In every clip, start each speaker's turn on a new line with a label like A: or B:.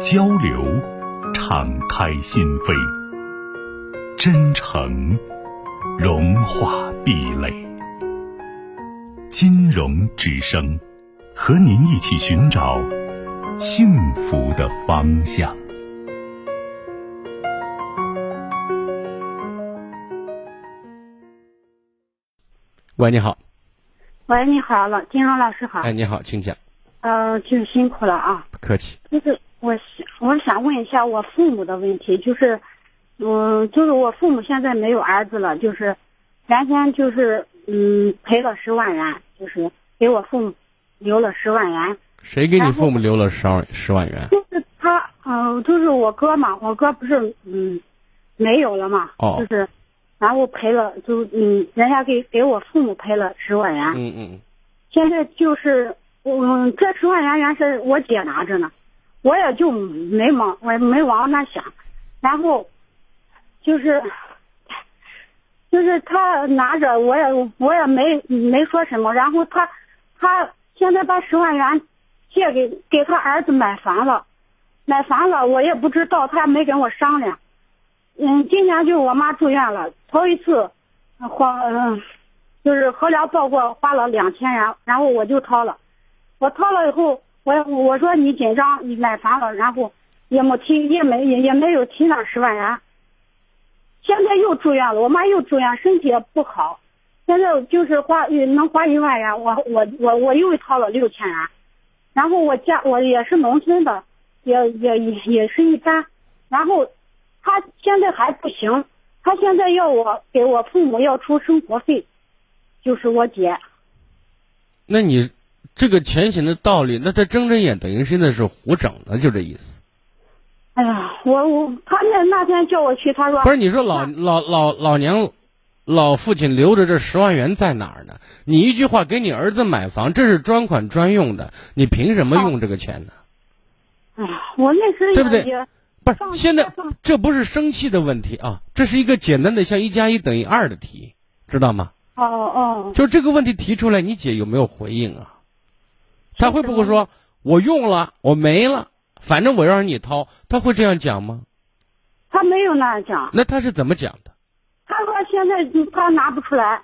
A: 交流，敞开心扉，真诚融化壁垒。金融之声，和您一起寻找幸福的方向。
B: 喂，你好。
C: 喂，你好，老金融老师好。
B: 哎，你好，请讲。
C: 呃，就是辛苦了啊。
B: 不客气。
C: 就是我想，我想问一下我父母的问题，就是，嗯、就是我父母现在没有儿子了，就是，原先就是嗯赔了十万元，就是给我父母留了十万元，
B: 谁给你
C: 然后
B: 父母留了十万十万元？
C: 就是他，嗯、就是我哥嘛，我哥不是嗯没有了嘛，
B: 哦
C: 就是，然后赔了就嗯人家给给我父母赔了十万元，
B: 嗯嗯。
C: 现在就是，嗯，这十万元原是我姐拿着呢，我也就没往我也没往那想，然后，就是，就是他拿着，我也我也没没说什么，然后他他现在把十万元借给给他儿子买房了，买房了，我也不知道，他没跟我商量。嗯，今年就我妈住院了，头一次呃花，嗯，就是核疗报过花了两千元，然后我就掏了，我掏了以后，我我说你紧张，你买房了，然后也没提，也没也也没有提那十万元。现在又住院了，我妈又住院，身体也不好，现在就是花呃能花一万元，我我我我又掏了六千元，然后我家我也是农村的，也也也也是一般，然后他现在还不行，他现在要我给我父母要出生活费，就是我姐，
B: 那你这个前行的道理，那他睁着眼等于现在是胡整了，就这意思。
C: 哎呀，我我他那那天叫我去，他说
B: 不是你说
C: 啊
B: 老老老老娘老父亲留着这十万元在哪儿呢？你一句话给你儿子买房，这是专款专用的，你凭什么用这个钱呢？
C: 哎呀，我那时也
B: 对不对
C: 也
B: 不是，
C: 放
B: 现在
C: 放
B: 这不是生气的问题啊，这是一个简单的像一加一等于二的题，知道吗？
C: 哦哦，
B: 就这个问题提出来，你姐有没有回应啊？她会不会
C: 是什
B: 说我用了，我没了，反正我让你掏？她会这样讲吗？
C: 他没有那样讲，
B: 那她是怎么讲的？
C: 他说现在他拿不出来，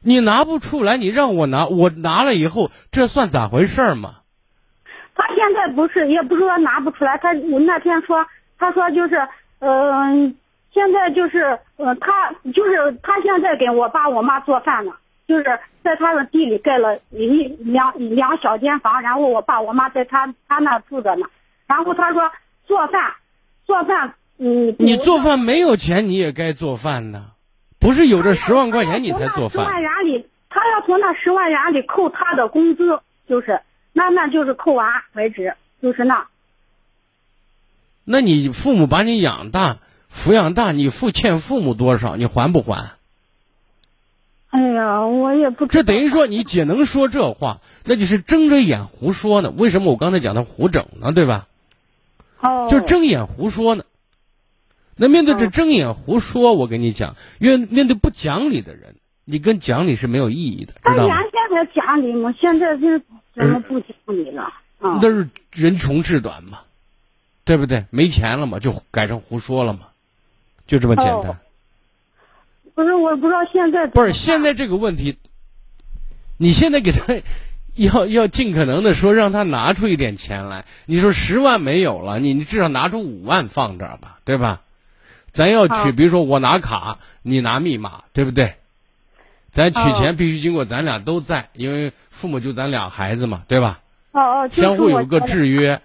B: 你拿不出来，你让我拿，我拿了以后，这算咋回事儿嘛？
C: 他现在不是，也不是说拿不出来。他我那天说，他说就是，嗯、现在就是，呃，他就是他现在给我爸我妈做饭呢，就是在他的地里盖了一两两小间房，然后我爸我妈在他他那住着呢。然后他说做饭，做饭，嗯，
B: 你做饭没有钱，你也该做饭呐，不是有这十万块钱你才做
C: 十万
B: 饭？
C: 元里，他要从那十万元里扣他的工资，就是那那就是扣完为止，就是那。
B: 那你父母把你养大、抚养大，你父欠父母多少，你还不还？
C: 哎呀，我也不知
B: 这
C: 道
B: 等于说你姐能说这话，那就是睁着眼胡说呢。为什么我刚才讲她胡整呢？对吧？
C: 哦，
B: 就是睁眼胡说呢。那面对这
C: 嗯
B: 睁眼胡说，我跟你讲，因为面对不讲理的人，你跟讲理是没有意义的，
C: 他
B: 知道
C: 原
B: 吗？
C: 先才讲理嘛，现在是怎么不讲理了？啊、
B: 嗯那是人穷志短嘛，对不对？没钱了嘛，就改成胡说了嘛，就这么简单。
C: 哦不是，我不知道现在
B: 不是现在这个问题，你现在给他要要尽可能的说让他拿出一点钱来。你说十万没有了，你你至少拿出五万放这儿吧，对吧？咱要取，
C: 好
B: 比如说我拿卡，你拿密码，对不对？咱取钱必须经过咱俩都在，因为父母就咱俩孩子嘛，对吧？
C: 哦哦，就是
B: 相互有个
C: 我觉得。
B: 制约。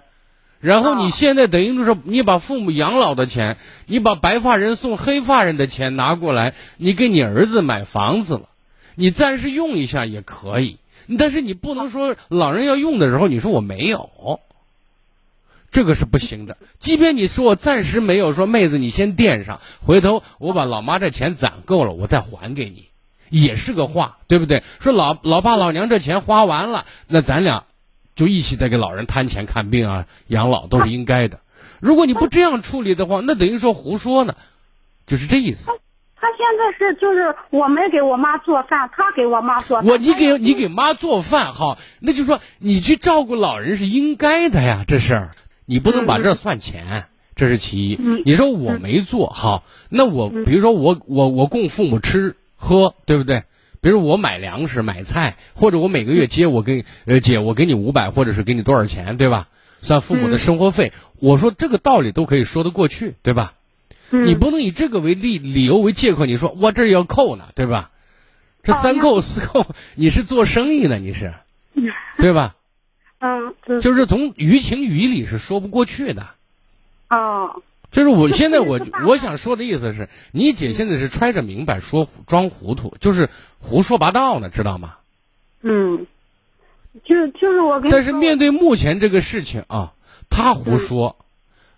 B: 然后
C: 哦
B: 你现在等于就是你把父母养老的钱，你把白发人送黑发人的钱拿过来，你给你儿子买房子了，你暂时用一下也可以，但是你不能说老人要用的时候你说我没有，这个是不行的。即便你说我暂时没有，说妹子你先垫上，回头我把老妈这钱攒够了，我再还给你，也是个话，对不对？说老老爸老娘这钱花完了，那咱俩就一起再给老人摊钱看病啊、养老都是应该的。如果你不这样处理的话，那等于说胡说呢，就是这意思。
C: 他现在是就是我没给我妈做饭，他给我妈做饭。
B: 我你给你给妈做饭哈，那就说你去照顾老人是应该的呀，这事儿你不能把这算钱，这是其一。
C: 嗯
B: 你说我没做好，那我比如说我我我供父母吃喝，对不对？比如我买粮食买菜，或者我每个月接我给呃姐我给你五百，或者是给你多少钱，对吧？算父母
C: 嗯
B: 的生活费，我说这个道理都可以说得过去，对吧？
C: 嗯
B: 你不能以这个为理理由为借口，你说我这儿要扣呢，对吧？这
C: 哦
B: 三
C: 那
B: 扣四扣，你是做生意的，你是，对吧？
C: 嗯嗯
B: 就是从于情于理是说不过去的。
C: 哦
B: 就是我
C: 就是
B: 现在
C: 这
B: 我
C: 个办法
B: 我想说的意思是，你姐现在是揣着明白说装糊涂，就是胡说八道呢，知道吗？
C: 嗯，就就是我跟你
B: 但是
C: 说
B: 面对目前这个事情啊，她
C: 嗯
B: 胡说，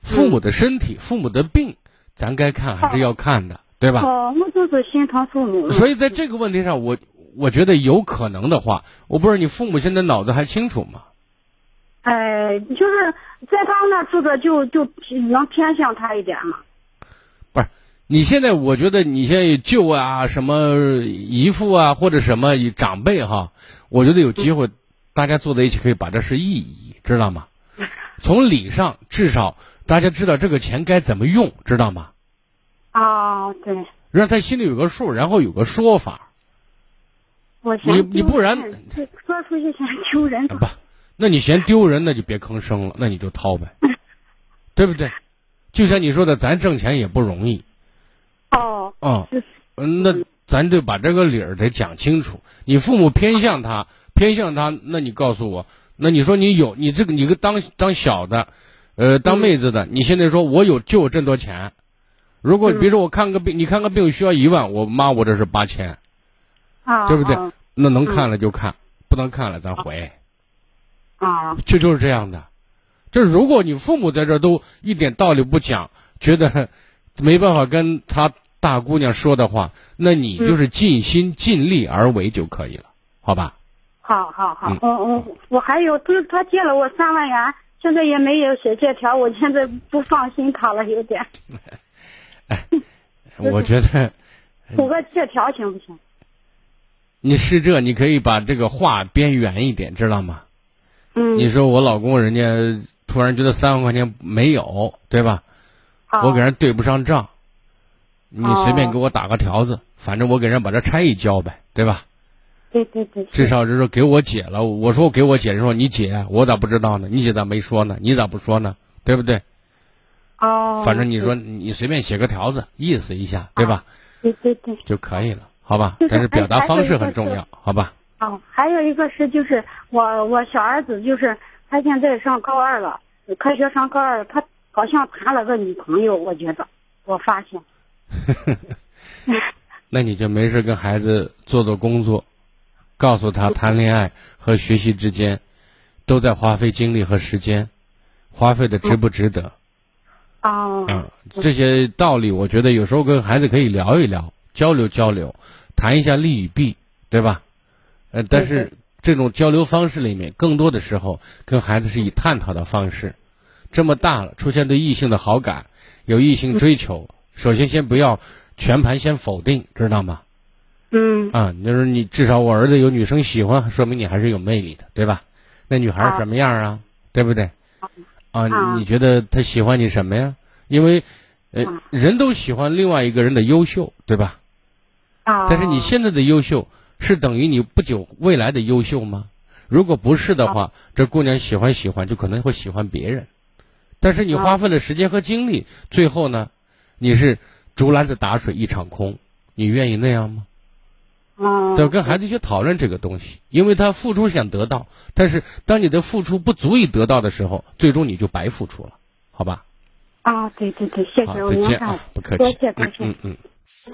B: 父母的身体、父母的病，咱该看还是要看的，对吧？
C: 哦，我就是心疼父母嘛。
B: 所以在这个问题上，我我觉得有可能的话，我不知道你父母现在脑子还清楚吗？
C: 哎，就是在他那住着就就能偏向他一点嘛。
B: 不是，你现在我觉得你现在舅啊、什么姨父啊，或者什么长辈哈，我觉得有机会，大家坐在一起可以把这事议一议，知道吗？从理上至少大家知道这个钱该怎么用，知道吗？
C: 哦，对，
B: 让他心里有个数，然后有个说法。
C: 我嫌
B: 你
C: 丢
B: 你不然嗯
C: 人这说出去嫌丢人
B: 不，那你嫌丢人，那就别吭声了，那你就掏呗，对不对？就像你说的，咱挣钱也不容易
C: 哦，
B: 啊、嗯，那咱得把这个理儿得讲清楚。你父母偏向他，偏向他，那你告诉我，那你说你有你这个你个当当小的，呃，当妹子的，你现在说我有就有这么多钱，如果比如说我看个病，你看个病需要一万，我妈我这是八千，
C: 啊，
B: 对不对
C: 啊？
B: 那能看了就看，不能看了咱回。
C: 啊，
B: 就就是这样的。就是如果你父母在这儿都一点道理不讲，觉得 没办法跟他大姑娘说的话，那你就是尽心尽力而为就可以了，好吧？
C: 好好好
B: 嗯，
C: 我我我还有，就是他借了我三万元，现在也没有写借条，我现在不放心他了，有点是
B: 我觉得哎
C: 补个借条行不行？
B: 你是这，你可以把这个话编圆一点，知道吗？
C: 嗯，
B: 你说我老公人家突然觉得三万块钱没有，对吧？
C: 好
B: 我给人对不上账，你随便给我打个条子，反正我给人把这差一交呗，对吧？
C: 对对对，
B: 至少是说给我姐了。我说给我姐，人说你姐，我咋不知道呢？你姐咋没说呢？你咋不说呢？对不对？
C: 哦，
B: 反正你说你随便写个条子，意思一下，对吧？
C: 对对对，
B: 就可以了，好吧
C: 就？是
B: 但是表达
C: 啊哎还还有
B: 方式
C: 一个
B: 很重
C: 是
B: 要，好吧？
C: 哦，还有一个是就是我我小儿子就是他现在上高二了，开学上高二了，他好像谈了个女朋友，我觉得我发现
B: 那你就没事跟孩子做做工作，告诉他谈恋爱和学习之间都在花费精力和时间，花费的值不值得？
C: 哦，
B: 嗯，这些道理我觉得有时候跟孩子可以聊一聊，交流交流，谈一下利与弊，对吧？呃，但
C: 对
B: 是这种交流方式里面，更多的时候跟孩子是以探讨的方式。这么大了，出现对异性的好感，有异性追求，首先先不要全盘先否定，知道吗？
C: 嗯
B: 啊，你就是你至少我儿子有女生喜欢，说明你还是有魅力的，对吧？那女孩儿
C: 啊
B: 什么样啊？对不对？啊，
C: 啊
B: 你你觉得她喜欢你什么呀？因为，呃
C: 啊，
B: 人都喜欢另外一个人的优秀，对吧？
C: 啊，
B: 但是你现在的优秀是等于你不久未来的优秀吗？如果不是的话，
C: 啊
B: 这姑娘喜欢喜欢就可能会喜欢别人，但是你
C: 啊
B: 花费了时间和精力，最后呢，你是竹篮子打水一场空，你愿意那样吗？
C: 嗯
B: 要跟孩子去讨论这个东西，因为他付出想得到，但是当你的付出不足以得到的时候，最终你就白付出了，好吧？
C: 啊，对对对，谢
B: 好，
C: 谢，我
B: 再
C: 明
B: 见
C: 白了
B: 啊，，不客气，
C: 多谢多谢。
B: 嗯嗯。嗯